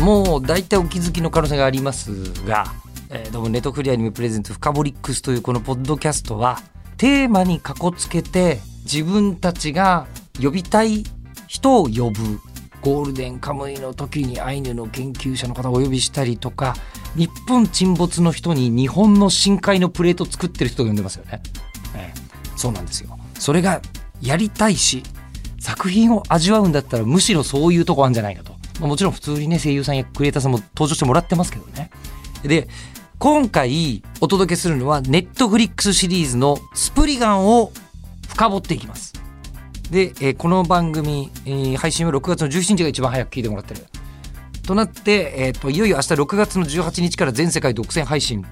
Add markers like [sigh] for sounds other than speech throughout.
もう大体お気づきの可能性がありますが、えーどうもネットフリアニメプレゼンツフカボリックスというこのポッドキャストはテーマにかこつけて自分たちが呼びたい人を呼ぶゴールデンカムイの時にアイヌの研究者の方をお呼びしたりとか日本沈没の人に日本の深海のプレート作ってる人が呼んでますよね。ええそうなんですよ。それがやりたいし、作品を味わうんだったらむしろそういうとこあるんじゃないかと。まあもちろん普通にね、声優さんやクリエイターさんも登場してもらってますけどね。で、今回お届けするのは、ネットフリックスシリーズのスプリガンを深掘っていきます。で、えーこの番組、えー配信は6月の17日が一番早く聞いてもらってる。となって、えーといよいよ明日6月の18日から全世界独占配信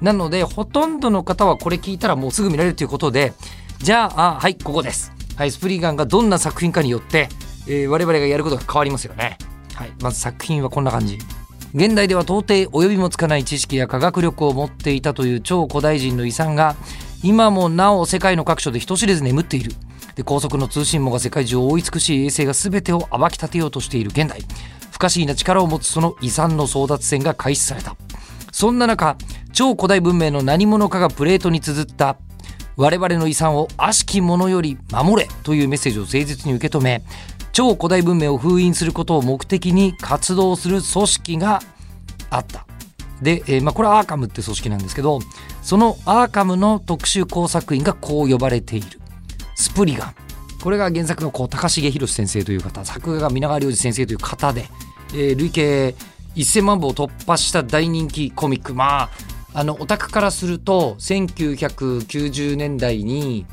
なのでほとんどの方はこれ聞いたらもうすぐ見られるということでじゃああはいここです、はい、スプリガンがどんな作品かによって、えー我々がやることが変わりますよね、はい、まず作品はこんな感じ現代では到底及びもつかない知識や科学力を持っていたという超古代人の遺産が今もなお世界の各所で人知れず眠っているで高速の通信網が世界中を覆い尽くし衛星が全てを暴き立てようとしている現代不可思議な力を持つその遺産の争奪戦が開始されたそんな中超古代文明の何者かがプレートに綴った我々の遺産を悪しき者より守れというメッセージを誠実に受け止め超古代文明を封印することを目的に活動する組織があった。で、えーまあ、これはアーカムって組織なんですけどそのアーカムの特殊工作員がこう呼ばれているスプリガンこれが原作のこう高重宏先生という方作画が皆川亮次先生という方で、えー累計1000万部を突破した大人気コミックまああのオタクからすると1990年代に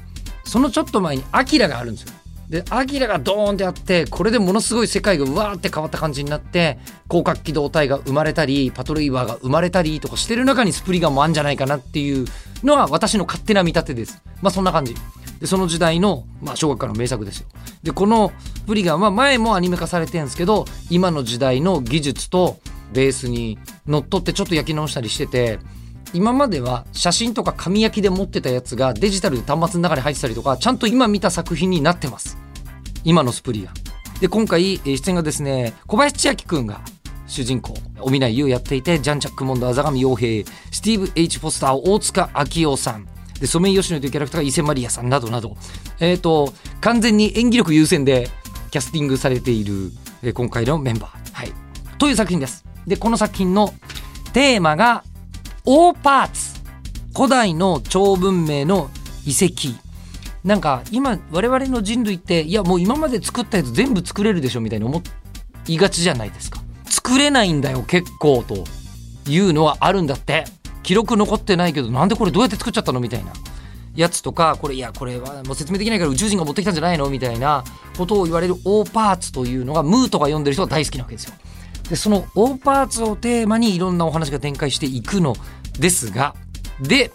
そのちょっと前に「アキラがあるんですよ。でアキラがドーンってあってこれでものすごい世界がうわーって変わった感じになって広角機動隊が生まれたりパトルイバーが生まれたりとかしてる中にスプリガンもあんじゃないかなっていうのは私の勝手な見立てです。まあそんな感じ。でその時代の、まあ、小学館の名作ですよ。でこの「プリガン」は前もアニメ化されてるんですけど今の時代の技術とベースにのっとってちょっと焼き直したりしてて今までは写真とか紙焼きで持ってたやつがデジタルで端末の中に入ってたりとかちゃんと今見た作品になってます今のスプリガン。で今回えー出演がですね小林千秋くんが主人公帯内優をやっていてジャン・チャックモンド浅上洋平スティーブ・ H ・フォスター大塚明夫さんでソメイヨシノというキャラクターが伊勢マリアさんなどなど、えー、と完全に演技力優先でキャスティングされている、えー今回のメンバー、はい、という作品です。でこの作品のテーマが「オーパーツ」古代の超文明の遺跡なんか今我々の人類っていやもう今まで作ったやつ全部作れるでしょみたいに思いがちじゃないですか作れないんだよ結構というのはあるんだって記録残ってないけどなんでこれどうやって作っちゃったのみたいなやつとかこれいやこれはもう説明できないから宇宙人が持ってきたんじゃないのみたいなことを言われるオーパーツというのがムーとか読んでる人が大好きなわけですよでそのオーパーツをテーマにいろんなお話が展開していくのですがで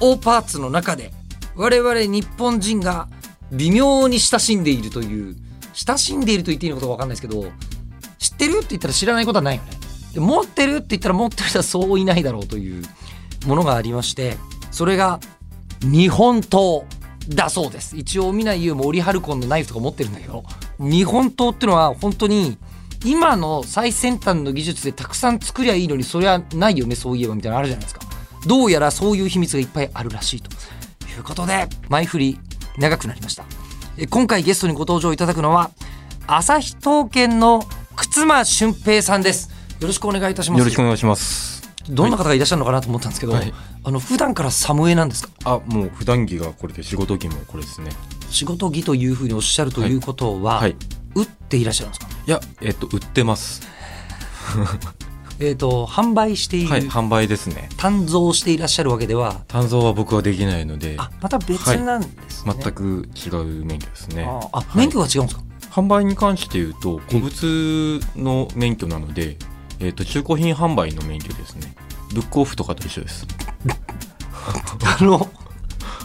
オーパーツの中で我々日本人が微妙に親しんでいるという親しんでいると言っていいのかどうか分かんないですけど知ってるって言ったら知らないことはないよねで持ってるって言ったら持ってる人はそういないだろうというものがありましてそれが日本刀だそうです一応見ない優もオリハルコンのナイフとか持ってるんだけど日本刀ってのは本当に今の最先端の技術でたくさん作りゃいいのにそりゃないよねそういえばみたいなのあるじゃないですかどうやらそういう秘密がいっぱいあるらしいということで前振り長くなりましたえ今回ゲストにご登場いただくのは旭東県の忽間俊平さんですよろしくお願いいたしますよろしくお願いします。どんな方がいらっしゃるのかなと思ったんですけど、はいあの普段からサムエなんですかあ、もう普段着がこれで仕事着もこれですね。仕事着というふうにおっしゃるということは、はい。打っていらっしゃるんですかいや、えっと売ってます。えっ、と販売している、はい、販売ですね。鍛造していらっしゃるわけでは炭造は僕はできないので、あまた別なんですね、全く違う免許ですね。ああはい免許が違うんですか、販売に関して言うと古物の免許なので、えー、と中古品販売の免許ですねブックオフとかと一緒ですあの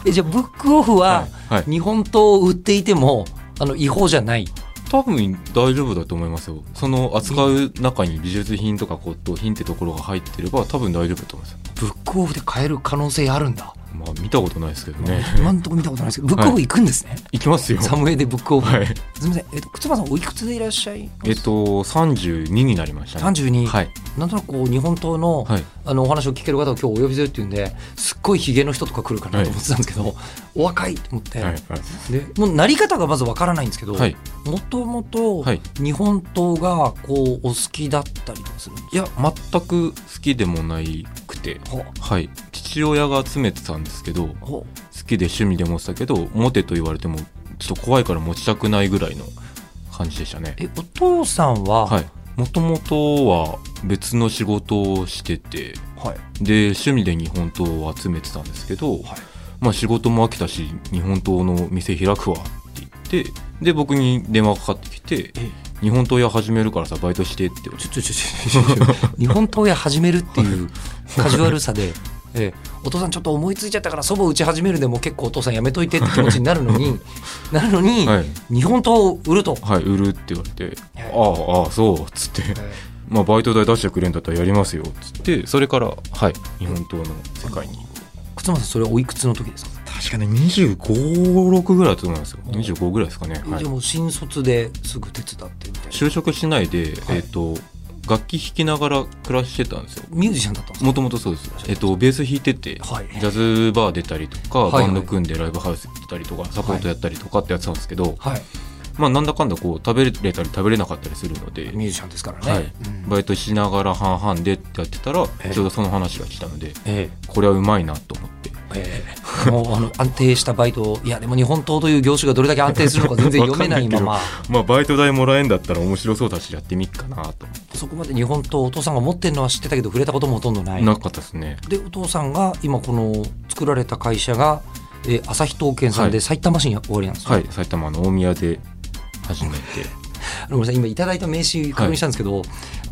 えじゃあブックオフははいはい日本刀を売っていてもあの違法じゃない多分大丈夫だと思いますよその扱う中に美術品とか骨董品ってところが入ってれば多分大丈夫だと思いますブックオフで買える可能性あるんだまあ見たことないですけど [laughs] ね今んとこ見たことないですけどブックオフ行くんですね、行きますよサムエでブックオフ、はいすみません、えっと、靴間さんおいくつでいらっしゃいえっと32になりましたね32、はいなんとなくこう日本刀の,、はいあのお話を聞ける方を今日お呼びするっていうんですっごいひげの人とか来るかなと思ってたんですけど、お若いと思って、はいでもうなり方がまずわからないんですけど、はいもともとはい日本刀がこうお好きだったりとかするんですいや全く好きでもないくてか、はい父親が集めてたんですけど好ほきで趣味で持ってたけどモテと言われてもちょっと怖いから持ちたくないぐらいの感じでしたねえお父さんは、はいもともとは別の仕事をしててはいで趣味で日本刀を集めてたんですけど、はいまあ、仕事も飽きたし日本刀の店開くわって言ってで僕に電話がかかってきてえ「日本刀屋始めるからさバイトして」って言われてちょちょちょちょちょ日本刀屋始めるっていうカジュアルさで、ええお父さんちょっと思いついちゃったから祖母打ち始めるでもう結構お父さんやめといてって気持ちになるのになるのに、はい日本刀を売ると、はい、売るって言われて、はいああああそうっつって、えまあ、バイト代出してくれんだったらやりますよっつってそれからはい日本刀の世界にえ勝間さんそれはおいくつの時ですか、確かね256ぐらいだと思いますよお25ぐらいですかね、はいじゃあもう新卒ですぐ手伝ってみたいな就職しないで、はいえっ、と楽器弾きながら暮らしてたんですよミュージシャンだったんですもともとそうです、えっとベース弾いてて、はいジャズバー出たりとか、はいはいバンド組んでライブハウス行ったりとかサポートやったりとかってやってたんですけど、かはいまあなんだかんだこう食べれたり食べれなかったりするので、ミュージシャンですからね、はいうんバイトしながら半々でってやってたら、ええちょうどその話が来たのでええこれはうまいなと思ってええもうあの安定したバイトいやでも日本刀という業種がどれだけ安定するのか全然読めないまわまかんないけどまあバイト代もらえんだったら面白そうだしやってみっかなと、そこまで日本刀お父さんが持ってるのは知ってたけど触れたこともほとんどないなかったですねでお父さんが今この作られた会社が、えー朝日刀剣さんはでい埼玉市に終わりなんですよ、はい埼玉の大宮で初めて [laughs] ごめんなさい今いただいた名刺確認したんですけど、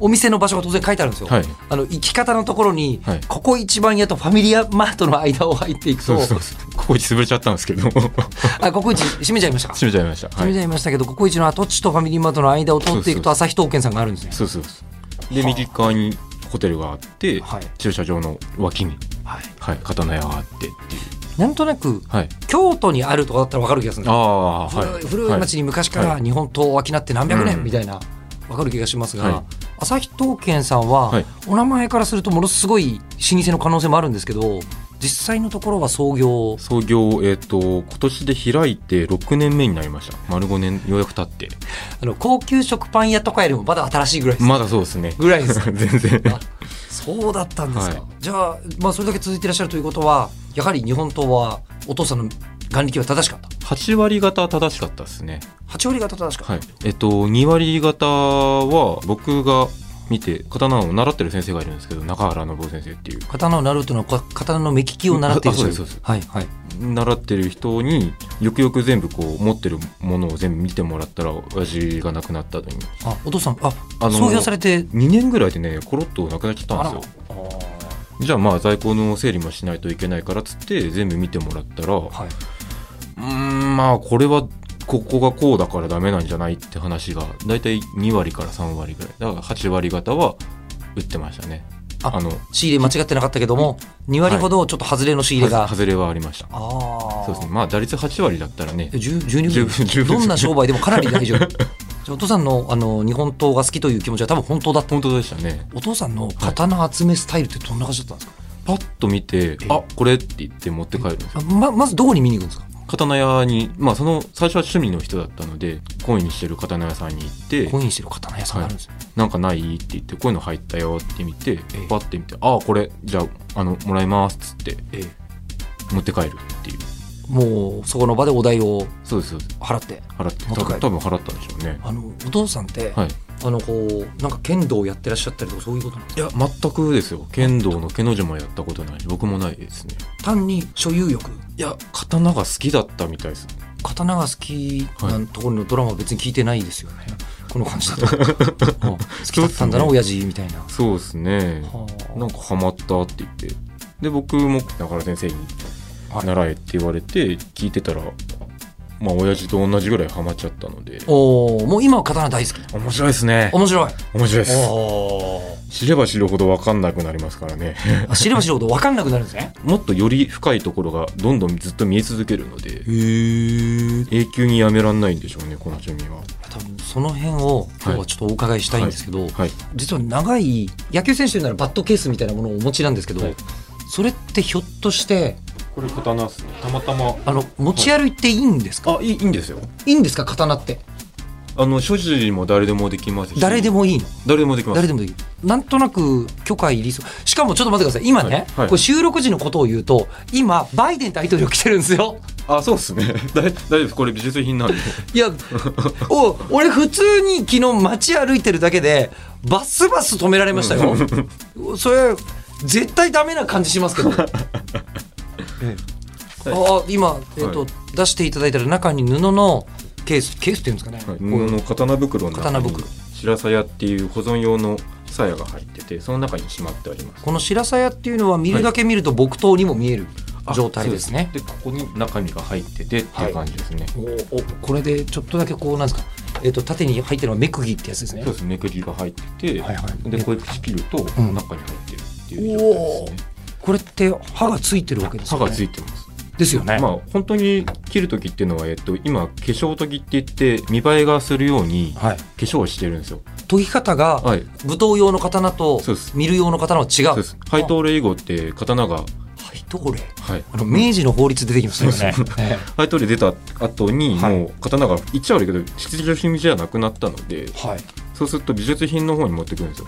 お店の場所が当然書いてあるんですよ、はいあの行き方のところに、はいここ一番屋とファミリアマートの間を入っていくそとうそうそうここ潰れちゃったんですけど [laughs] 閉あここ一閉めちゃいましたかめちゃいました、は閉めちい、ゃいましたけど、ここ一の跡地とファミリーマートの間を通っていくとそうそうそう朝日刀剣さんがあるんですねそうそうそうで右側にホテルがあって、はい駐車場の脇に、はい、はい、刀屋があってっていうなんとなくはい京都にあるとかだったら分かる気がするんですよああは古いい古い町に昔から日本刀を商って何百う年んみたいな、わかる気がしますが、はい朝日刀剣さんは、はいお名前からするとものすごい老舗の可能性もあるんですけど実際のところは創業創業、えっと今年で開いて6年目になりました丸5年ようやく経ってあの高級食パン屋とかよりもまだ新しいぐらいです、まだそうです [laughs] ねぐらいです [laughs] 全然あそうだったんですか、はいじゃあ,、まあそれだけ続いていらっしゃるということはやはり日本刀はお父さんの眼力は正しかった8割方正しかったですね8割方正しかった、はいえっと2割方は僕が見て刀を習ってる先生がいるんですけど中原信夫先生っていう刀を習うというのはこ刀の目利きを習っていらっしゃるあそうですそうではいはい習ってる人によくよく全部こう持ってるものを全部見てもらったら親父が亡くなった後にあお父さんああの創業されて2年ぐらいでねコロッと亡くなっちゃったんですよあらじゃあまあ在庫の整理もしないといけないからっつって全部見てもらったら、はい、うーんまあこれはここがこうだからダメなんじゃないって話が大体2割から3割ぐらいだから8割方は売ってましたねああの仕入れ間違ってなかったけども2割ほどちょっと外れの仕入れが、はず外れはありましたああそうですねまあ打率8割だったらねえ十十二十分分十分どんな商売でもかなり大丈夫 [laughs] じゃあお父さんのあの日本刀が好きという気持ちは多分本当だった本当でしたねお父さんの刀集めスタイルってどんな感じだったんですパッと見て「あこれ」って言って持って帰るんですか、よままずどこに見に行くんですか刀屋にまあその最初は趣味の人だったので懇意にしてる刀屋さんに行ってコインしてる刀屋さんがあるんですよ、なんかないって言ってこういうの入ったよって見てえパッて見て「あこれじゃああのもらいます」っつってえ持って帰るっていうえもうそこの場でお代をそうですそうです払って払って持って多帰る分多分払ったんでしょうねあのお父さんって、はいあのこうなんか剣道やってらっしゃったりとかそういうことなんですかいや全くですよ剣道のけの字もやったことないし僕もないですね単に所有欲いや刀が好きだったみたいです刀が好きなところのドラマは別に聞いてないですよね、この感じだと [laughs] あ好きだったんだな、そう親父みたいな。そうですねはなんかハマったって言ってで僕も中原先生にはい習えって言われて聞いてたらまあ親父と同じぐらいハマっちゃったのであおーもう今は刀大好き面白いですね面白い面白いですおー知れば知るほど分かんなくなりますからね [laughs] あ知れば知るほど分かんなくなるんですねもっとより深いところがどんどんずっと見え続けるのでへえ永久にやめらんないんでしょうねこの趣味は多分その辺を今日はちょっとお伺いしたいんですけど、はい実は長い野球選手ならバットケースみたいなものをお持ちなんですけど、はいそれってひょっとしてこれ刀っすねたまたまあの持ち歩いていいんですか、あいいいいんですよい、いんですか刀ってあの所持も誰でもできますし誰でもいいの誰でもできます誰でもいいなんとなく許可入りそうしかもちょっと待ってください今ね、はいはいこれ収録時のことを言うと今バイデン大統領来てるんですよ [laughs] あそうですね [laughs] 大大丈夫ですこれ美術品なんでいやお俺普通に昨日街歩いてるだけでバスバス止められました [laughs] よそれ絶対ダメな感じします [laughs] けどあ今、えっとは出していただいたら中に布のケースケースっていうんですかね、はい、こ布ういうの刀袋の中に刀袋白鞘っていう保存用の鞘が入っててその中にしまってありますこの白鞘っていうのは見るだけ見ると木刀にも見える状態ですね、そうですでここに中身が入っててっていう感じですね、おおこれでちょっとだけこうなんですか、えっと縦に入ってるのは目釘ってやつですねそうですね釘が入ってて、はいはいでこうやって仕切ると中んに入ってるっていう状態ですね、これって歯がついてるわけですよ刃ねがついてますですよね、まあ本当に切る時っていうのは、えっと、今化粧研ぎって言って見栄えがするように化はい粧をしてるんですよ研ぎ方がはい武闘用の刀とそうです見る用の刀は違そうう。です配当令以後って刀がはい、どれ。はいあの明治の法律出てきましたよね。えハイトレ出た後に、はいもう刀がいっちゃ悪いけど必需品じゃなくなったのでえはい。そうすると美術品の方に持ってくるんですよ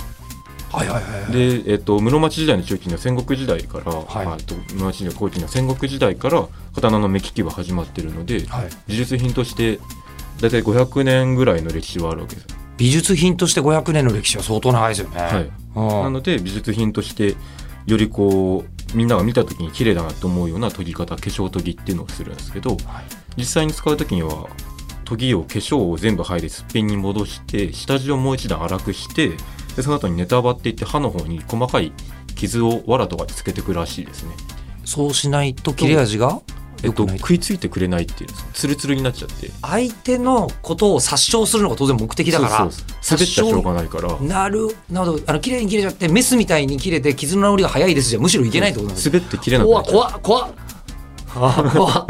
はいはいはいはい。で、えっと室町時代の中期の戦国時代から、はいあと室町時代後期の戦国時代から刀の目利きは始まってるのではい、美術品として大体500年ぐらいの歴史はあるわけです、美術品として500年の歴史は相当長いですよね。はい、うんなので美術品としてよりこうみんなが見た時に綺麗だなと思うような研ぎ方化粧研ぎっていうのをするんですけど、はい実際に使う時には研ぎを化粧を全部剥いですっぺんに戻して下地をもう一段粗くしてでその後にネタバっていって歯の方に細かい傷を藁とかでつけてくらしいですね、そうしないと切れ味がえっ良くと、ない。食いついてくれないっていうんですツルツルになっちゃって相手のことを殺傷するのが当然目的だから。そうそうそう滑ったしょうがないからなるなるほどあの綺麗に切れちゃってメスみたいに切れて傷の治りが早いですじゃむしろいけないってことなんですね滑って切れなくな怖っっちゃう怖っ怖っあー怖っ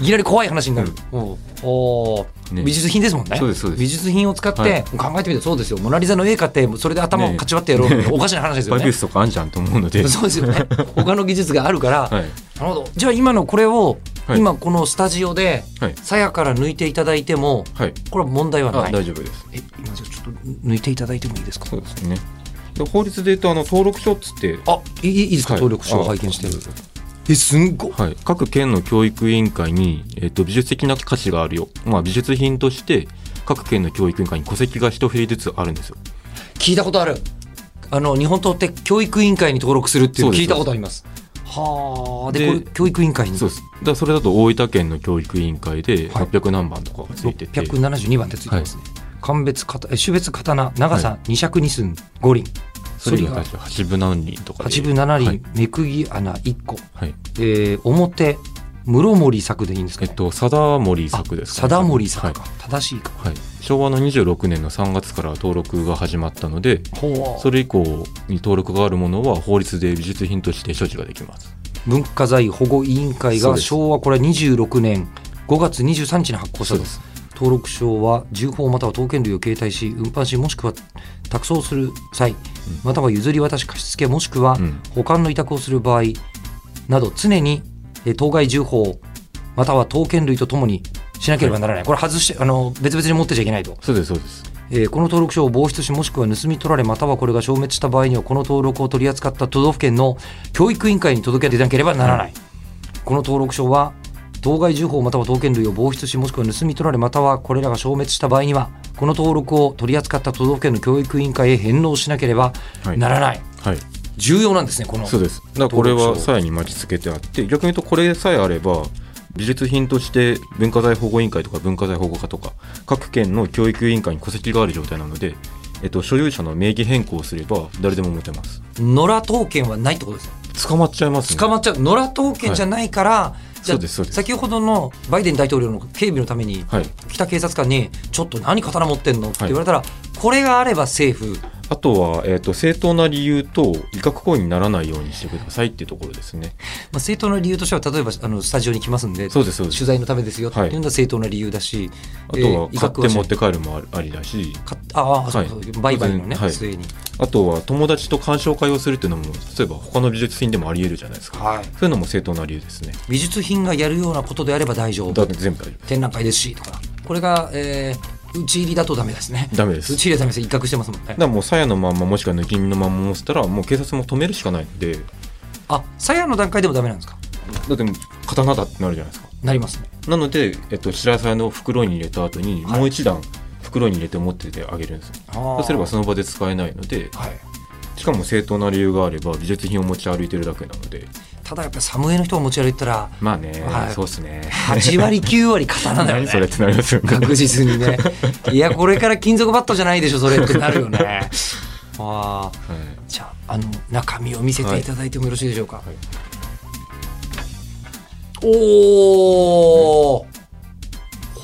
いきなり怖い話になる、うんおーね美術品ですもんねそうですそうです美術品を使って、はい考えてみてそうですよモナ・リザの絵買ってそれで頭をかち割ってやろうみたいなおかしな話ですよバイねブスとかあんじゃんと思うので、 [laughs] そうですよ [laughs] ね他の技術があるから、はいなるほどじゃあ今のこれを、はい今このスタジオではい鞘から抜いていただいてもはいこれは問題はあない大丈夫ですえ今じゃあちょっと抜いていただいてもいいですかそうですね。で法律で言うとあの登録書っつって、あいいいいですか、はい登録書を拝見してえすんごいはい、各県の教育委員会に、えっと美術的な価値があるよ、まあ、美術品として各県の教育委員会に戸籍が一振りずつあるんですよ。聞いたことあるあの日本刀って教育委員会に登録するっていうそうです聞いたことありますはあででこれ教育委員会にそうですだからそれだと大分県の教育委員会ではい800何番とかがついてて、 672番ってついてますね、鑑別刀え種別刀長さ二尺二寸五輪それ反りにが対して8分何人とかで八分七はい輪目釘穴一個、はいえー、表室森作でいいんですか、えねっと貞森作ですかね、貞森作か、は正しいかいはい昭和の26年の3月から登録が始まったのでほそれ以降に登録があるものは法律で美術品として処置ができます。う文化財保護委員会そうがです昭和これ26年5月23日に発行したとす。登録証は銃砲または刀剣類を携帯し運搬しもしくは託送する際、または譲り渡し貸し付けもしくはうん保管の委託をする場合など常にえー当該銃砲または刀剣類とともにしなければならない、これ外してあの別々に持ってちゃいけないと、そうですそうです。えーこの登録証を防止しもしくは盗み取られまたはこれが消滅した場合にはこの登録を取り扱った都道府県の教育委員会に届け出なければならない、この登録証は当該銃砲または刀剣類を防止しもしくは盗み取られまたはこれらが消滅した場合にはこの登録を取り扱った都道府県の教育委員会へ返納しなければならない、はい。重要なんですねこのそうです。だからこれは鞘に巻きつけてあって、逆に言うとこれさえあれば、美術品として文化財保護委員会とか文化財保護課とか各県の教育委員会に戸籍がある状態なので、えっと、所有者の名義変更をすれば誰でも持てます野良刀剣はないってことですよ捕まっちゃいますね捕まっちゃう野良刀剣じゃないから、じゃそうですそうです先ほどのバイデン大統領の警備のためにはい来た警察官に「ちょっと何刀持ってんの?」って言われたら、これがあればセーフあとは、えっと正当な理由と威嚇行為にならないようにしてくださいっていうところですねまあ、正当な理由としては例えばあのスタジオに来ますんでそうですそうです取材のためですよってはいいうのは正当な理由だし、あとはえー威買嚇って持っして帰るもありありだし買っああ、そうはいそう売買のね、はい末に、あとは友達と鑑賞会をするっていうのも例えば他の美術品でもあり得るじゃないですかはい、そういうのも正当な理由ですね美術品がやるようなことであれば大丈だ夫って全部大丈夫展覧会ですしとかこれが、えー、打ち入りだとダメですねダメで打すち入りはダメです威嚇してますもんねだからもう鞘のまんまもしくは抜き身のまんま持ってたらもう警察も止めるしかないんでだあ鞘の段階でもダメなんですかって刀だってなるじゃないですかなりますねなので、えっと、白鞘の袋に入れた後にはいもう一段袋に入れて持っててあげるんですよ、そそうすればその場で使えないのではい、しかも正当な理由があれば美術品を持ち歩いてるだけなのでただやっぱりサムエの人が持ち歩いた [laughs] らまあね、はいそうっすね8割9割刀だよ [laughs] 何それっねてなりますよね確実にねいやこれから金属バットじゃないでしょそれってなるよ [laughs] ねああはいじゃああの中身を見せていただいてもよろしいでしょうか、いおお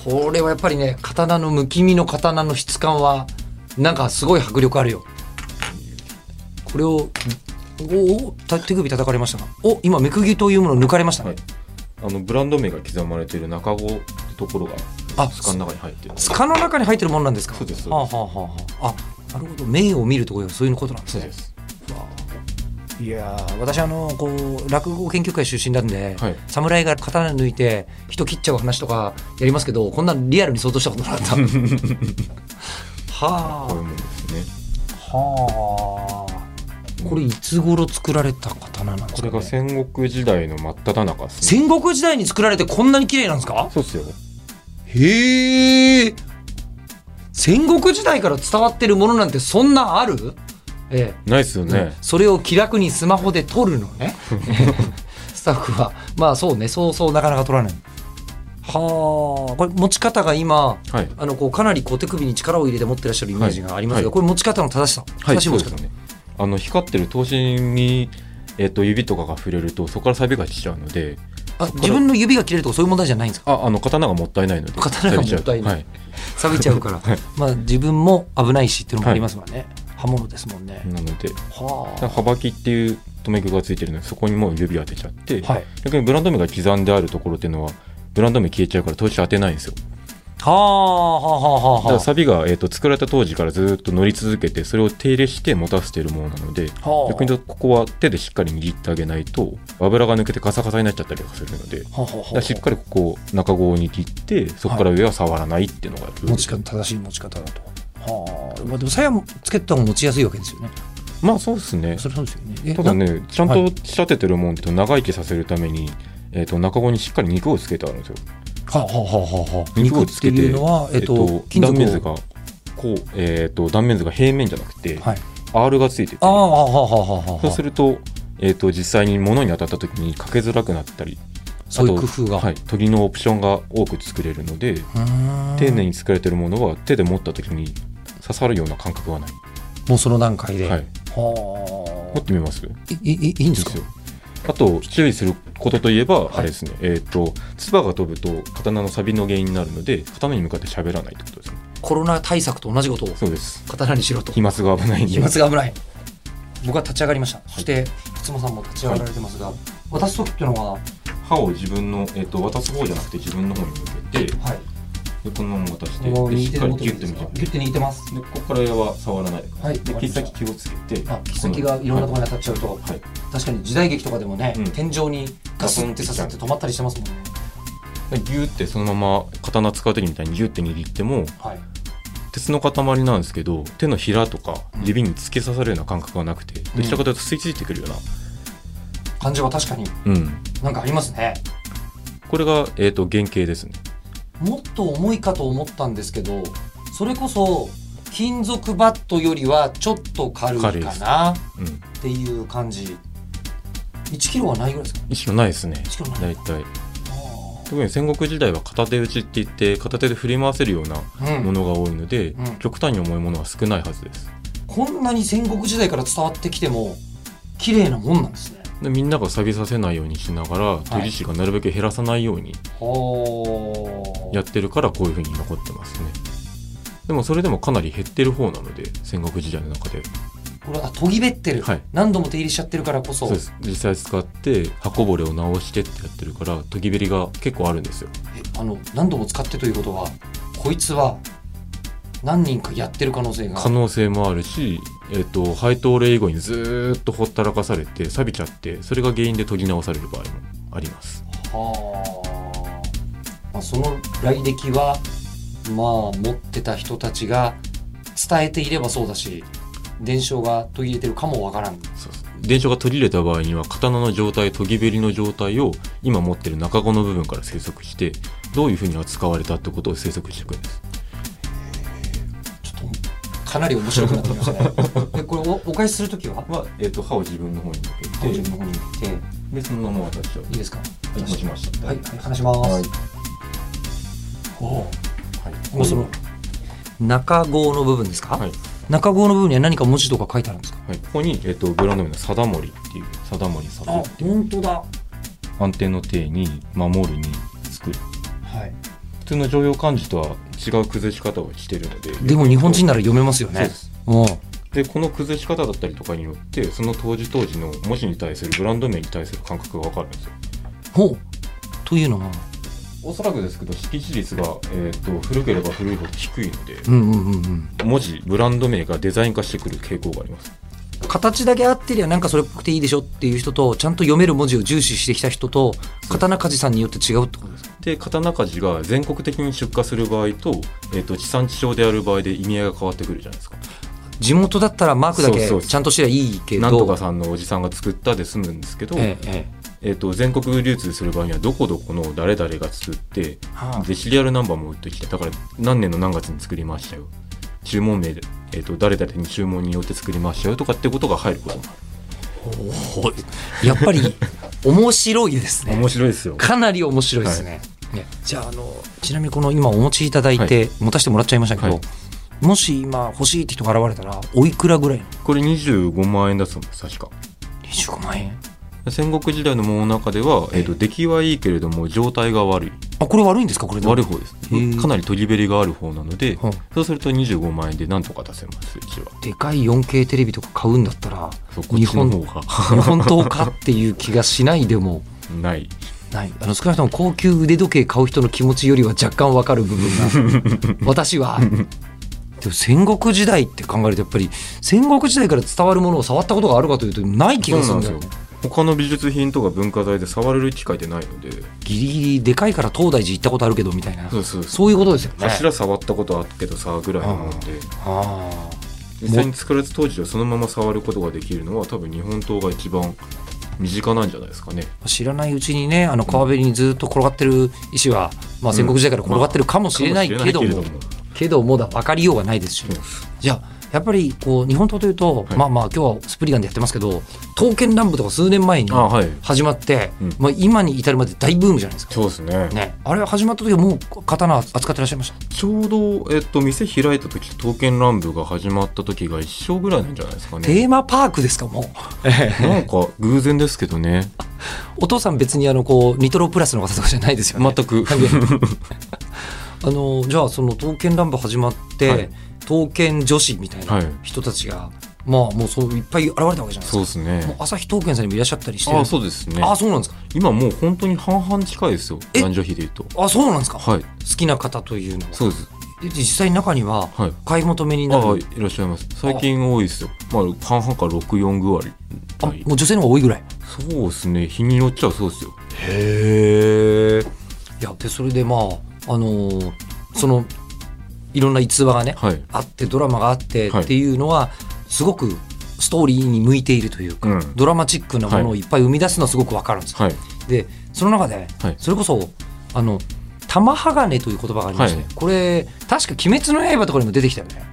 これはやっぱりね刀のむき身の刀の質感はなんかすごい迫力あるよこれをおおた手首叩かれましたかお今目釘というもの抜かれましたね、はいあのブランド名が刻まれている中子ってところがあスカの中に入ってる塚の中に入ってるものなんですかそうですそうですはあはあはあはああなるほど銘を見るところそういうことなんですそうねですいやー私あのこう落語研究会出身なんで、はい侍が刀抜いて人切っちゃう話とかやりますけどこんなんリアルに想像したことなかった [laughs] こういうはものですねあはあこれいつ頃作られた刀なんですこか、れね、が戦国時代の真っ只中ですね戦国時代に作られてこんなに綺麗なんですかそうっすよへえ戦国時代から伝わってるものなんてそんなあるええないっすよね、それを気楽にスマホで撮るの [laughs] ねスタッフはまあそうねそうそうなかなか撮らないはあこれ持ち方が今はいあのこうかなりこう手首に力を入れて持ってらっしゃるイメージがありますが、はいこれ持ち方の正しさ正しいそう持ちで方、すねあの光ってる刀身に、えっと指とかが触れるとそこから錆びがちちゃうのであ自分の指が切れるとかそういう問題じゃないんですかああの刀がもったいないので刀がもったいない錆びち錆びちゃうから、まあ自分も危ないしっていうのもありますもんね、刃物ですもんねゃう、はい、なのではあはばきっていう留め具がついてるのでそこにもう指当てちゃって、はい逆にブランド名が刻んであるところっていうのはブランド名消えちゃうから当時当てないんですよはあはあはあはあだかはらサビが、えー、と作られた当時からずっと乗り続けてそれを手入れして持たせているものなのであはあ逆に言うとここは手でしっかり握ってあげないと油が抜けてカサカサになっちゃったりとかするのでだはあかはあはあらしっかりここを中ごを握ってそこから上は触らないっていうのがルール持ち方正しい持ち方だと。はあ、まあ、でも鞘もつけた方が持ちやすいわけですよね。まあそうですねそれそうですよね。えただなねちゃんはと仕立ててるもんと長生きさせるために、えー、と中ごにしっかり肉をつけてあるんですよはあ、はあはあはあ、肉肉をっつてけていうのは、えっと、金断属面図を。がこう、えー、と断面図が平面じゃなくて、はい。 R がついててああ、はあはあはあはあ。そうすると,、えー、と実際に物に当たった時にかけづらくなったりそういう工夫が。あとはい、研ぎのオプションが多く作れるのでうーん丁寧に作られてるものは手で持った時に刺さるような感覚はない、もうその段階で。はい、はあ持ってみますいいいいいんですかですよあと注意することといえば、いあれですねえっ、と唾が飛ぶと刀の錆びの原因になるので刀に向かって喋らないってことですねコロナ対策と同じことをそうです刀にしろと。飛沫が危ないんで飛沫が危ない。僕は立ち上がりました。そして、つもさんも立ち上がられてますが、渡す時っていうのは、は歯を自分の、えっと渡す方じゃなくて自分の方に向けてでい。このまま渡してこので右し手でっかり持ってギるュんッでとすか握ってギュッて握ってます。でここから上は触らないはいでわか毛りました先気をつけてあ、先がいろんなところに当たっちゃうと、はい確かに時代劇とかでもね、うん天井にガスンって刺さって止まったりしてますもんね。でギューってそのまま刀使う時みたいにギューって握ってもはい。鉄の塊なんですけど手のひらとか指に突き刺さるような感覚がなくてうんどちらかというと吸い付いてくるよ感じは確かにうな、うん、なんかありますね。これが、えー、と原型ですねもっと重いかと思ったんですけど、それこそ金属バットよりはちょっと軽いか軽いですなっうんていう感じ。1キロはないぐらいですか意識はないですね1キロない。大体あーで特に戦国時代は片手打ちって言って片手で振り回せるようなうんものが多いので、うん極端に重いものは少ないはずですこんなに戦国時代から伝わってきても綺麗なもんなんですね。でみんなが錆びさせないようにしながらい研ぎ師がなるべく減らさないようにほーやってるからこういうふうに残ってますねでもそれでもかなり減ってる方なので戦国時代の中でこれあ研ぎべってる、はい何度も手入れしちゃってるからこそそうです実際使って刃ぼれを直してってやってるから研ぎべりが結構あるんですよえあの何度も使ってということはこいつは何人かやってる可能性が可能性もあるし、えっと配当例以後にずーっとほったらかされて錆びちゃってそれが原因で研ぎ直される場合もありますはあ、まあ、その来歴はまあ持ってた人たちが伝えていればそうだし伝承が途切れてるかもわからんそうそう電車が途切れた場合には刀の状態研ぎべりの状態を今持ってる中子の部分から推測してどういうふうに扱われたってことを推測していくんですちょっとかなり面白くなってきました [laughs] ねでこれおお返しするときはは、えっと刃を自分の方に向当時の方に行ってでそのまま私はいいですか持ちましたはい、はい、話します、はいおおもうその中号の部分ですか、はい中号の部分には何か文字とか書いてあるんですかはい、ここに、えっとブランド名の「貞森」っていう「貞森さん」本当だ安定の定に「守る」に「作る」はい普通の常用漢字とは違う崩し方をしてるのででも日本人なら読めますよそうでねすうんでこの崩し方だったりとかによってその当時当時の文字に対するブランド名に対する感覚が分かるんですよほうというのはおそらくですけど識字率が、えー、と古ければ古いほど低いのでうんうんうんうん文字ブランド名がデザイン化してくる傾向があります形だけ合ってりゃなんかそれっぽくていいでしょっていう人とちゃんと読める文字を重視してきた人と刀鍛冶さんによって違うってことですかで刀鍛冶が全国的に出荷する場合と,、えー、と地産地消である場合で意味合いが変わってくるじゃないですか地元だったらマークだけそうそうちゃんとしてりゃいいけどなんとかさんのおじさんが作ったで済むんですけど、ええええー、と全国流通する場合にはどこどこの誰々が作ってえはあでシリアルナンバーも打ってきてだから何年の何月に作りましたよ注文名で、えー、と誰々に注文によって作りましたよとかってことが入ることもあほうやっぱり面白いでするね面白いですよかなり面白いですね。ねじゃああのちなみにこの今お持ちいただいて、持たせてもらっちゃいましたけど、はいもし今欲しいって人が現れたらおいくらぐらいのこれ25万円だそうです確か25万円戦国時代のものの中では、えー、と出来はいいけれども状態が悪いあこれ悪いんですかこれで悪い方ですへーかなり取りべりがある方なのでうんそうすると25万円でなんとか出せますうちはでかい 4K テレビとか買うんだったらそうこっ日ちの本方 [laughs] 日が本刀かっていう気がしないでもないないあの少なくとも高級腕時計買う人の気持ちよりは若干わかる部分 [laughs] が私はでも戦国時代って考えるとやっぱり戦国時代から伝わるものを触ったことがあるかというとない気そがうすなるんんでだすよよね他の美術品とか文化財で触れる機会ってないのでギリギリでかいから東大寺行ったことあるけどみたいなそうそうそうそういうことですよね柱触ったことあったけどさぐらいのもんであ実際に作られた当時をそのまま触ることができるのは多分日本刀が一番身近なんじゃないですかねー知らないうちにねあの川べりにずっと転がってる石は、まあ、戦国時代から転がってるかもしれないけども,、かもしれないけどもだ分かりようがないですし、うんじゃあやっぱりこう日本刀というと、はいまあまあ今日はスプリガンでやってますけど刀剣乱舞とか数年前にあはい始まってうんまあ、今に至るまで大ブームじゃないですか。そうですねね、あれ始まった時はもう刀扱ってらっしゃいましたちょうど、えっと、店開いた時刀剣乱舞が始まった時が一生ぐらいなんじゃないですかテねーマパークですかもうなんか偶然ですけどねお父さん別にあのこうニトロプラスの方とかじゃないですよね。全くあのじゃあその刀剣乱舞始まって、はい刀剣女子みたいなはい人たちが、まあもうそういっぱい現れたわけじゃないですか。そうです [laughs] ねもう朝日刀剣さんにもいらっしゃったりして。ああそうですねあそうなんですか。今もう本当に半々近いですよえ男女比でいうとあそうなんですか。好はいきな方というのは。そうですで実際中にははい買い求めになる。ああいらっしゃいます最近多いですよまあ半々から64ぐらいあはいもう女性の方が多いぐらい。そうですね日によっちゃそうですよへえ。いやでそれでまああのーそのいろんな逸話がね、はいあってドラマがあってはいっていうのはすごくストーリーに向いているというか、うんドラマチックなものをいっぱい生み出すのはすごくわかるんですよ、はいでその中で、はいそれこそあの玉鋼という言葉がありまして、はいこれ確か「鬼滅の刃」とかにも出てきたよね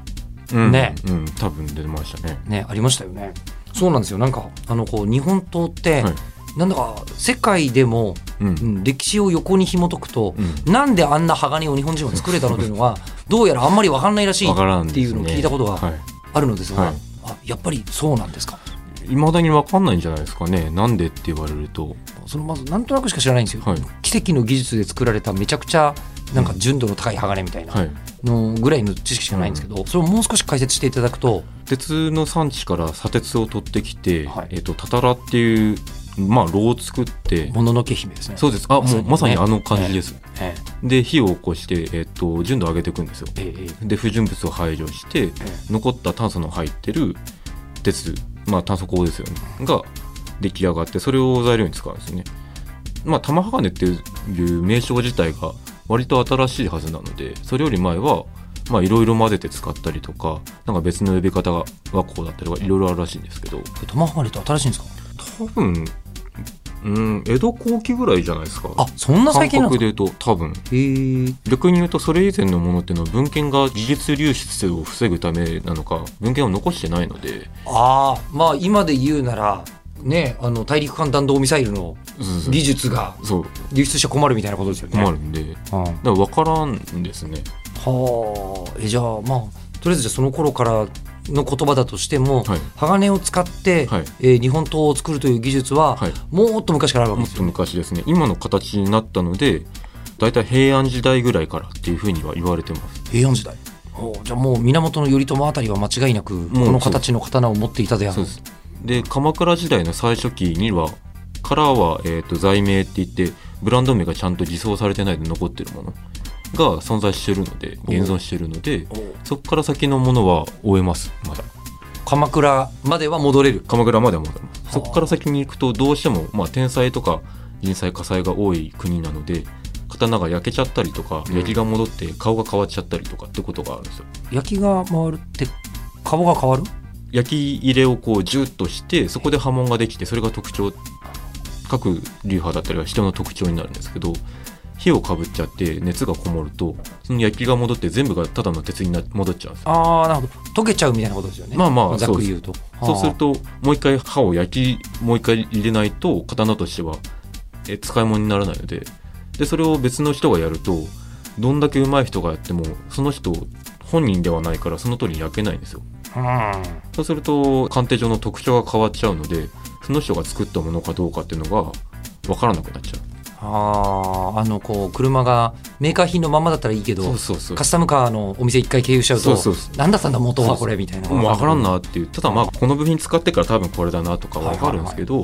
うんねうん多分出ましたねねありましたよねそうなんですよなんかあのこう日本刀って、はいなんだか世界でも、うんうん歴史を横に紐解くと、うなんであんな鋼を日本人は作れたのというの [laughs] はどうやらあんまり分かんないらしいわからんっですてねいうのを聞いたことがはいあるのですが、はいあやっぱりそうなんですか未だに分かんないんじゃないですかねなんでって言われると、そのまずなんとなくしか知らないんですよ、はい奇跡の技術で作られためちゃくちゃなんか純度の高い鋼みたいなはい、のぐらいの知識しかないんですけど、それをもう少し解説していただくと、鉄の産地から砂鉄を取ってきて、はいえっとタタラっていう、まあ、炉を作ってもののけ姫ですね。そうですあもうままささにねにあの感じです、えで火を起こして、えっと純度を上げていくんですよええええで不純物を排除して、残った炭素の入ってる鉄、まあ、炭素鋼ですよねが出来上がってそれを材料に使うんですねまあ玉鋼っていう名称自体が割と新しいはずなのでそれより前はまあいろいろ混ぜて使ったりとかなんか別の呼び方はこうだったりとかいろいろあるらしいんですけどえトマホマリって新しいんですか多分うん江戸後期ぐらいじゃないですかあそんな感最近なん覚でですか言うと多分へー逆に言うとそれ以前のものっていうのは文献が事実流出を防ぐためなのか文献を残してないのでああまあ今で言うならねあの大陸間弾道ミサイルの技術がそう流出しちゃ困るみたいなことですよね。困るんでだかうんら分からんですねはあえじゃあまあとりあえずじゃあその頃からの言葉だとしても、はい鋼を使って、はいえー日本刀を作るという技術は、はいもっと昔からあるわけもでっすとよ。昔ですね今の形になったので大体平安時代ぐらいからっていうふうには言われてます平安時代おうじゃあもう源頼朝あたりは間違いなくこもうの形の刀を持っていたであそろううですで鎌倉時代の最初期にはからは、えー、と罪名って言ってブランド名がちゃんと偽装されてないで残ってるものが存在してるので現存してるのでおうそこから先のものは終えますまだ鎌倉までは戻れる鎌倉までは戻りまはあすそこから先に行くとどうしても、まあ、天災とか人災火災が多い国なので刀が焼けちゃったりとかうん焼きが戻って顔が変わっちゃったりとかってことがあるんですよ焼きが回るって顔が変わる焼き入れをこうジュッとしてそこで波紋ができてそれが特徴各流派だったりは人の特徴になるんですけど火をかぶっちゃって熱がこもるとその焼きが戻って全部がただの鉄にな戻っちゃうんですよああなるほど溶けちゃうみたいなことですよねまあまあざっくり言うとそうするはともう一回刃を焼きもう一回入れないと刀としてはえ使い物にならないのででそれを別の人がやるとどんだけ上手い人がやってもその人本人ではないからその通りに焼けないんですよあうんそうすると鑑定上の特徴が変わっちゃうのでその人が作ったものかどうかっていうのが分からなくなっちゃうあーあのこう車がメーカー品のままだったらいいけどそうそうそうカスタムカーのお店一回経由しちゃうとそうそうそ何だったんだ元はこれみたいなもう分からん、なっていうただまあこの部品使ってから多分これだなとか分かるんですけど、うん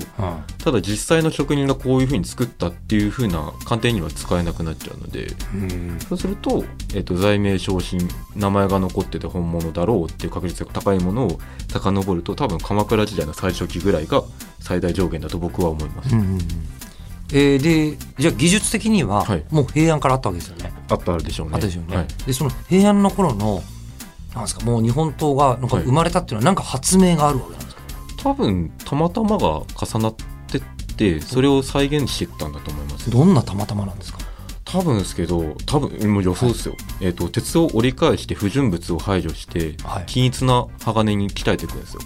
ただ実際の職人がこういうふうに作ったっていうふうな鑑定には使えなくなっちゃうのでうんそうすると,、えっと罪名昇進名前が残ってて本物だろうっていう確率が高いものを遡ると多分鎌倉時代の最初期ぐらいが最大上限だと僕は思います、うんうんうんえーでじゃあ技術的にははいもう平安からあったわけですよね、あったあるでしょうねあったでしょうね、はいでその平安の頃のなんですかもう日本刀がなんかはい生まれたっていうのはなんか発明があるわけなんですか、多分たまたまが重なってってそれを再現してったんだと思いますどんなたまたまなんですか多分ですけど多分もう予想ですよ、えっと鉄を折り返して不純物を排除して、はい均一な鋼に鍛えていくんですよ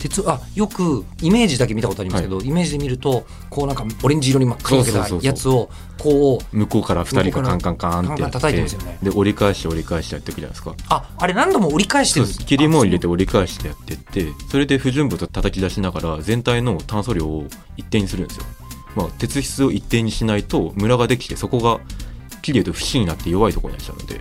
鉄あよくイメージだけ見たことありますけど、イメージで見るとこうなんかオレンジ色に真っ赤にそうかそうけたやそうそうつをこう向こうから2向こ人うかがカらンカンカンってやっカンカてン叩いてますよねで折り返して折り返してやっていくじゃないですかああれ何度も折り返してそるうでんですす切りも入れて折り返してやってってそれで不純物を叩き出しながら全体の炭素量を一定にするんですよ、まあ、鉄質を一定にしないとムラができてそこが切りると節になって弱いところになっちゃうので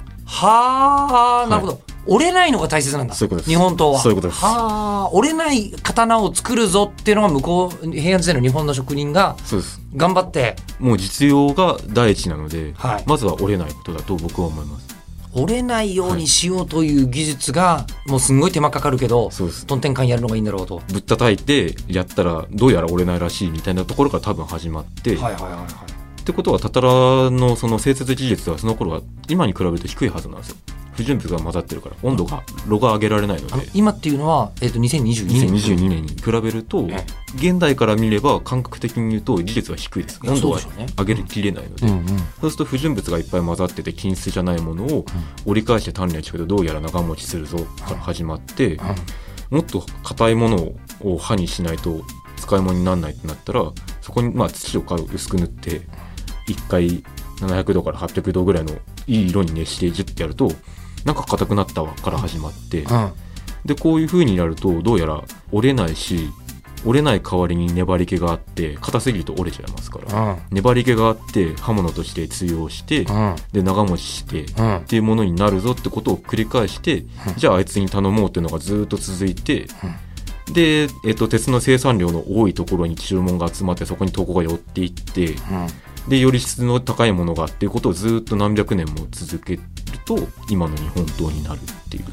はあなるほど、は折れないのが大切なんだそういうことです日本刀はそういうことですはあ折れない刀を作るぞっていうのが向こう平安時代の日本の職人がそうです頑張ってもう実用が第一なので、はいまずは折れないことだと僕は思います折れないようにしようという技術がもうすんごい手間かかるけどそうですトンテンカンやるのがいいんだろうと。ぶったたいてやったらどうやら折れないらしいみたいなところから多分始まって、はいはいはいはいってことはタタラのその製鉄技術はその頃は今に比べると低いはずなんですよ不純物が混ざってるから温度が炉が上げられないのであの今っていうのは、えっと2022年2022年に比べるとえ現代から見れば感覚的に言うと技術は低いですいや温度はそうでしょうね上げきれないので、うんうん、そうすると不純物がいっぱい混ざってて均質じゃないものを折り返して鍛錬していくとどうやら長持ちするぞから始まってもっと硬いものを歯にしないと使い物にならないってなったらそこにまあ土を薄く塗って1回700度から800度ぐらいのいい色に熱してジュッてやるとなんか硬くなったわから始まって、うんでこういう風にやるとどうやら折れないし折れない代わりに粘り気があって硬すぎると折れちゃいますからうん粘り気があって刃物として通用してうんで長持ちしてっうんていうものになるぞってことを繰り返してじゃああいつに頼もうっていうのがずっと続いてで、えっと、鉄の生産量の多いところに注文が集まってそこに投稿が寄っていってうんでより質の高いものがっていうことをずっと何百年も続けると今の日本刀になるっていう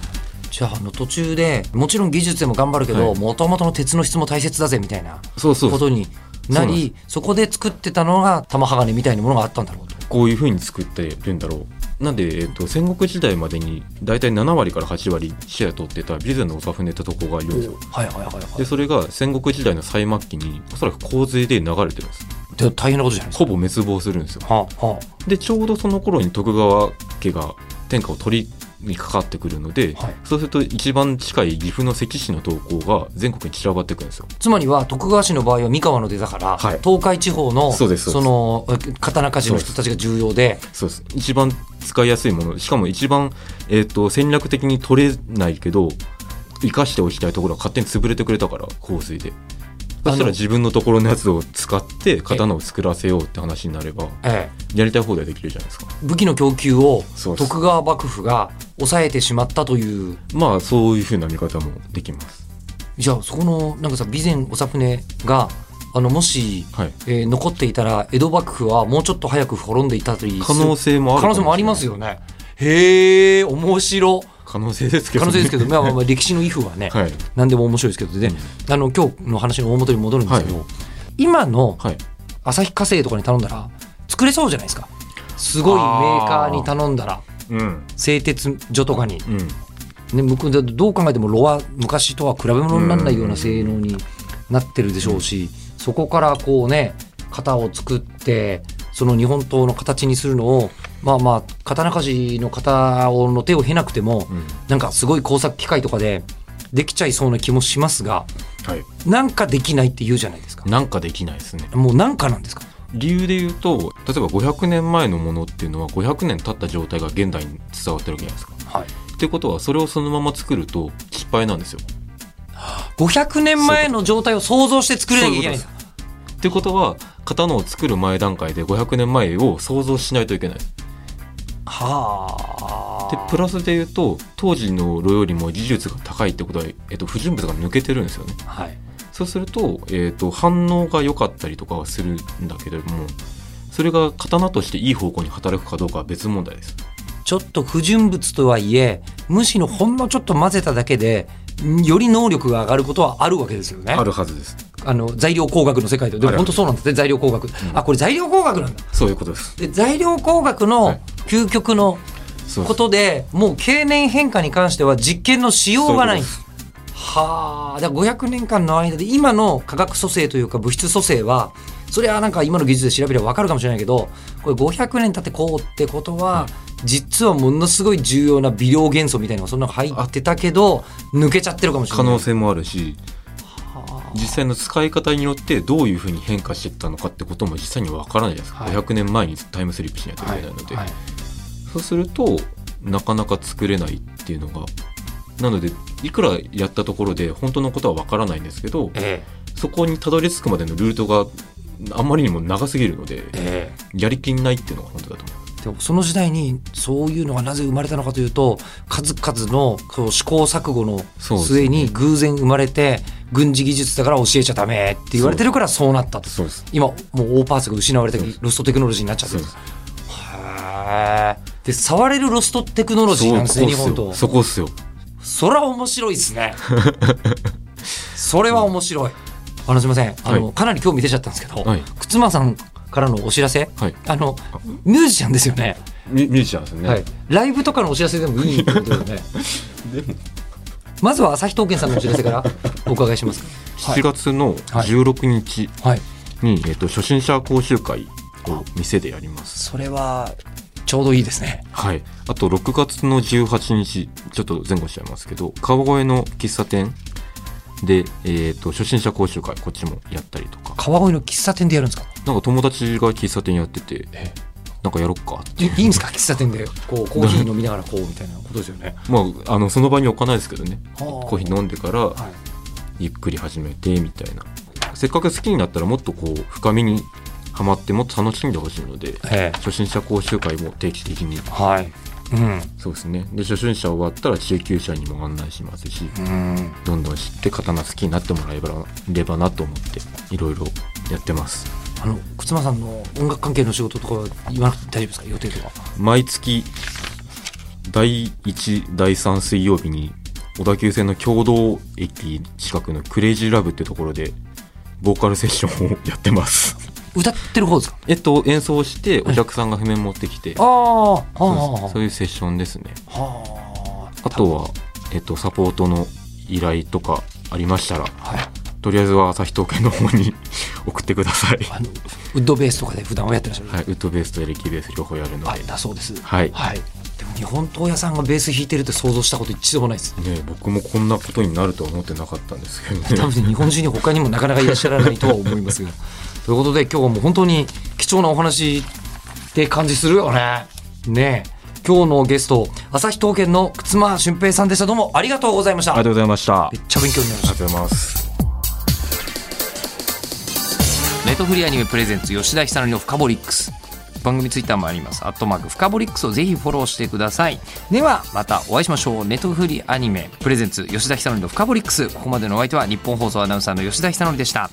じゃああの途中でもちろん技術でも頑張るけどはいもともとの鉄の質も大切だぜみたいなそうそうそうことになそうなんりそこで作ってたのが玉鋼みたいなものがあったんだろうと。こういうふうに作ってるんだろう。なんで、えっと、戦国時代までに大体7割から8割シェア取ってたビゼンの長船ってとこがいるんですよ。はいはいはいはいで、それが戦国時代の最末期におそらく洪水で流れてるんです。で大変なことじゃないですほぼ滅亡するんですよ。か。はあはで、ちょうどその頃に徳川家が天下を取りにかかってくるので、あはい、そうすると一番近い岐阜の関市の投稿が全国に散らばってくるんですよ。つまりは徳川氏の場合は三河の出だから、はい東海地方のそうですそうですの刀鍛冶の人たちが重要でそうです一番使いやすいものしかも一番、えー、と戦略的に取れないけど生かしておきたいところが勝手に潰れてくれたから洪水でそあしたのら自分のところのやつを使って刀を作らせようって話になればええ、やりたい放題できるじゃないですか武器の供給をそうです徳川幕府が抑えてしまったというまあそういうふうな見方もできますじゃあそこのなんかさ備前長船があのもし、はいえー残っていたら江戸幕府はもうちょっと早く滅んでいたという可能性もある可能性もありますよね。へえ面白可能性ですけど可ね、能性ですけど、まあまあま [laughs] あ歴史のイフはね、はい何でも面白いですけどで、うんあの今日の話の大元に戻るんですけど、今のはい旭化成とかに頼んだら作れそうじゃないですかすごいメーカーに頼んだらうん製鉄所とかに、うんね、向こうでどう考えても炉は昔とは比べ物にならないような性能になってるでしょうし、そこからこうね型を作ってその日本刀の形にするのをまあまあ刀鍛冶の型をの手を経なくても、うんなんかすごい工作機械とかでできちゃいそうな気もしますがはいなんかできないって言うじゃないですか。なんかできないですねもうなんかなんですか。理由で言うと例えば500年前のものっていうのは500年経った状態が現代に伝わってるわけじゃないですか。はい。ってことはそれをそのまま作ると失敗なんですよ。 500年前の状態を想像して作れなきゃいけないんだそ。ってことは刀を作る前段階で500年前を想像しないといけない。ではあ。プラスで言うと当時の炉よりも技術が高いってことは、えっと、不純物が抜けてるんですよね。はい。そうすると,、えっと反応が良かったりとかはするんだけれどもそれが刀としていい方向に働くかどうかは別問題です。ちょっと不純物とはいえ、むしろほんのちょっと混ぜただけで、んより能力が上がることはあるわけですよね。あるはずです。あの材料工学の世界で、であもる本当そうなんですね。材料工学。あ、これ材料工学なんだ。そういうことです。で材料工学はのい究極のそうことで、もう経年変化に関しては実験のしようがないんです。はあだから500年間の間で今の化学組成というか物質組成はそれはなんか今の技術で調べれば分かるかもしれないけどこれ500年経ってこうってことは実はものすごい重要な微量元素みたいなのがそんなのが入ってたけど抜けちゃってるかもしれな可い能性もあるし実際の使い方によってどういうふうに変化していったのかってことも実際にわからないじゃないですか、はい500年前にタイムスリップしないといけないので、はいはいそうするとなかなか作れないっていうのがなのでいくらやったところで本当のことはわからないんですけどえそこにたどり着くまでのルートがあんまりにも長すぎるのでえええやりきんないっていうのが本当だと思います。でもその時代にそういうのがなぜ生まれたのかというと数々のこう試行錯誤のそうですね末に偶然生まれて、軍事技術だから教えちゃダメって言われてるからそうなったとそうです今もう大パーツが失われてそうですロストテクノロジーになっちゃってそうるですへーで触れるロストテクノロジーなんですね日本そとうそこっすよそら面白いです [laughs] ねそれは面白いあのすいませんあの、はいかなり興味出ちゃったんですけど、はい靴間さんからのお知らせ、はいあのミュージシャンですよねミュミュージシャンですよね、はい、ライブとかのお知らせでもいいってことだよね。 [laughs] でもまずは朝日刀剣さんのお知らせ [laughs] からお伺いします。 7月の16日、はい、に、えっと初心者講習会を店でやります。それはちょうどいいですね。はい。あと、6月の18日、ちょっと前後しちゃいますけど、川越の喫茶店で、えー、と初心者講習会こっちもやったりとか川越の喫茶店でやるんですかなんか友達が喫茶店やっててえなんかやろっかっていいいんですか喫茶店でこうコーヒー飲みながらこうみたいなことですよね。まああのその場に置かないですけどねココーヒー飲んでからはい、ゆっくり始めてみたいなせっかく好きになったらもっとこう深みにはまってもっと楽しんでほしいのでえ初心者講習会も定期的にえはい、うんそうですねで初心者終わったら中級者にも案内しますしうんどんどん知って刀好きになってもらえればなと思っていろいろやってますあの忽那さんの音楽関係の仕事とかは言わなくて大丈夫ですか予定とか毎月第1第3水曜日に小田急線の共同駅近くのクレイジーラブっていうところでボーカルセッションをやってます歌ってる方ですかえっと演奏してお客さんが譜面持ってきて、ああはあそうですはそういうセッションですねあはあとは、えっと、サポートの依頼とかありましたらあ、はい、とりあえずは朝日東京の方に [laughs] 送ってください、あのウッドベースとかで普段はやってらっしゃる、はい、ウッドベースとエレキベース両方やるのあで、だそうですはいはい、でも日本刀屋さんがベース弾いてるって想像したこと一度もないですね、僕もこんなことになるとは思ってなかったんですけど多ね分日本中に他にもなかなかいらっしゃらないとは思い [laughs] ますが。ということで今日はもう本当に貴重なお話って感じするよね。ねえ。今日のゲスト、旭東県の忽那俊平さんでした。どうもありがとうございました。ありがとうございましたあめりっちゃ勉強になりましたが。とうございますネットフリーアニメプレゼンツ吉田久典のフカボリックス番組ツイッターもありますアットマークフカボリックスをぜひフォローしてくださいではまたお会いしましょうネットフリーアニメプレゼンツ吉田久典のフカボリックスここまでのお相手は日本放送アナウンサーの吉田久典でした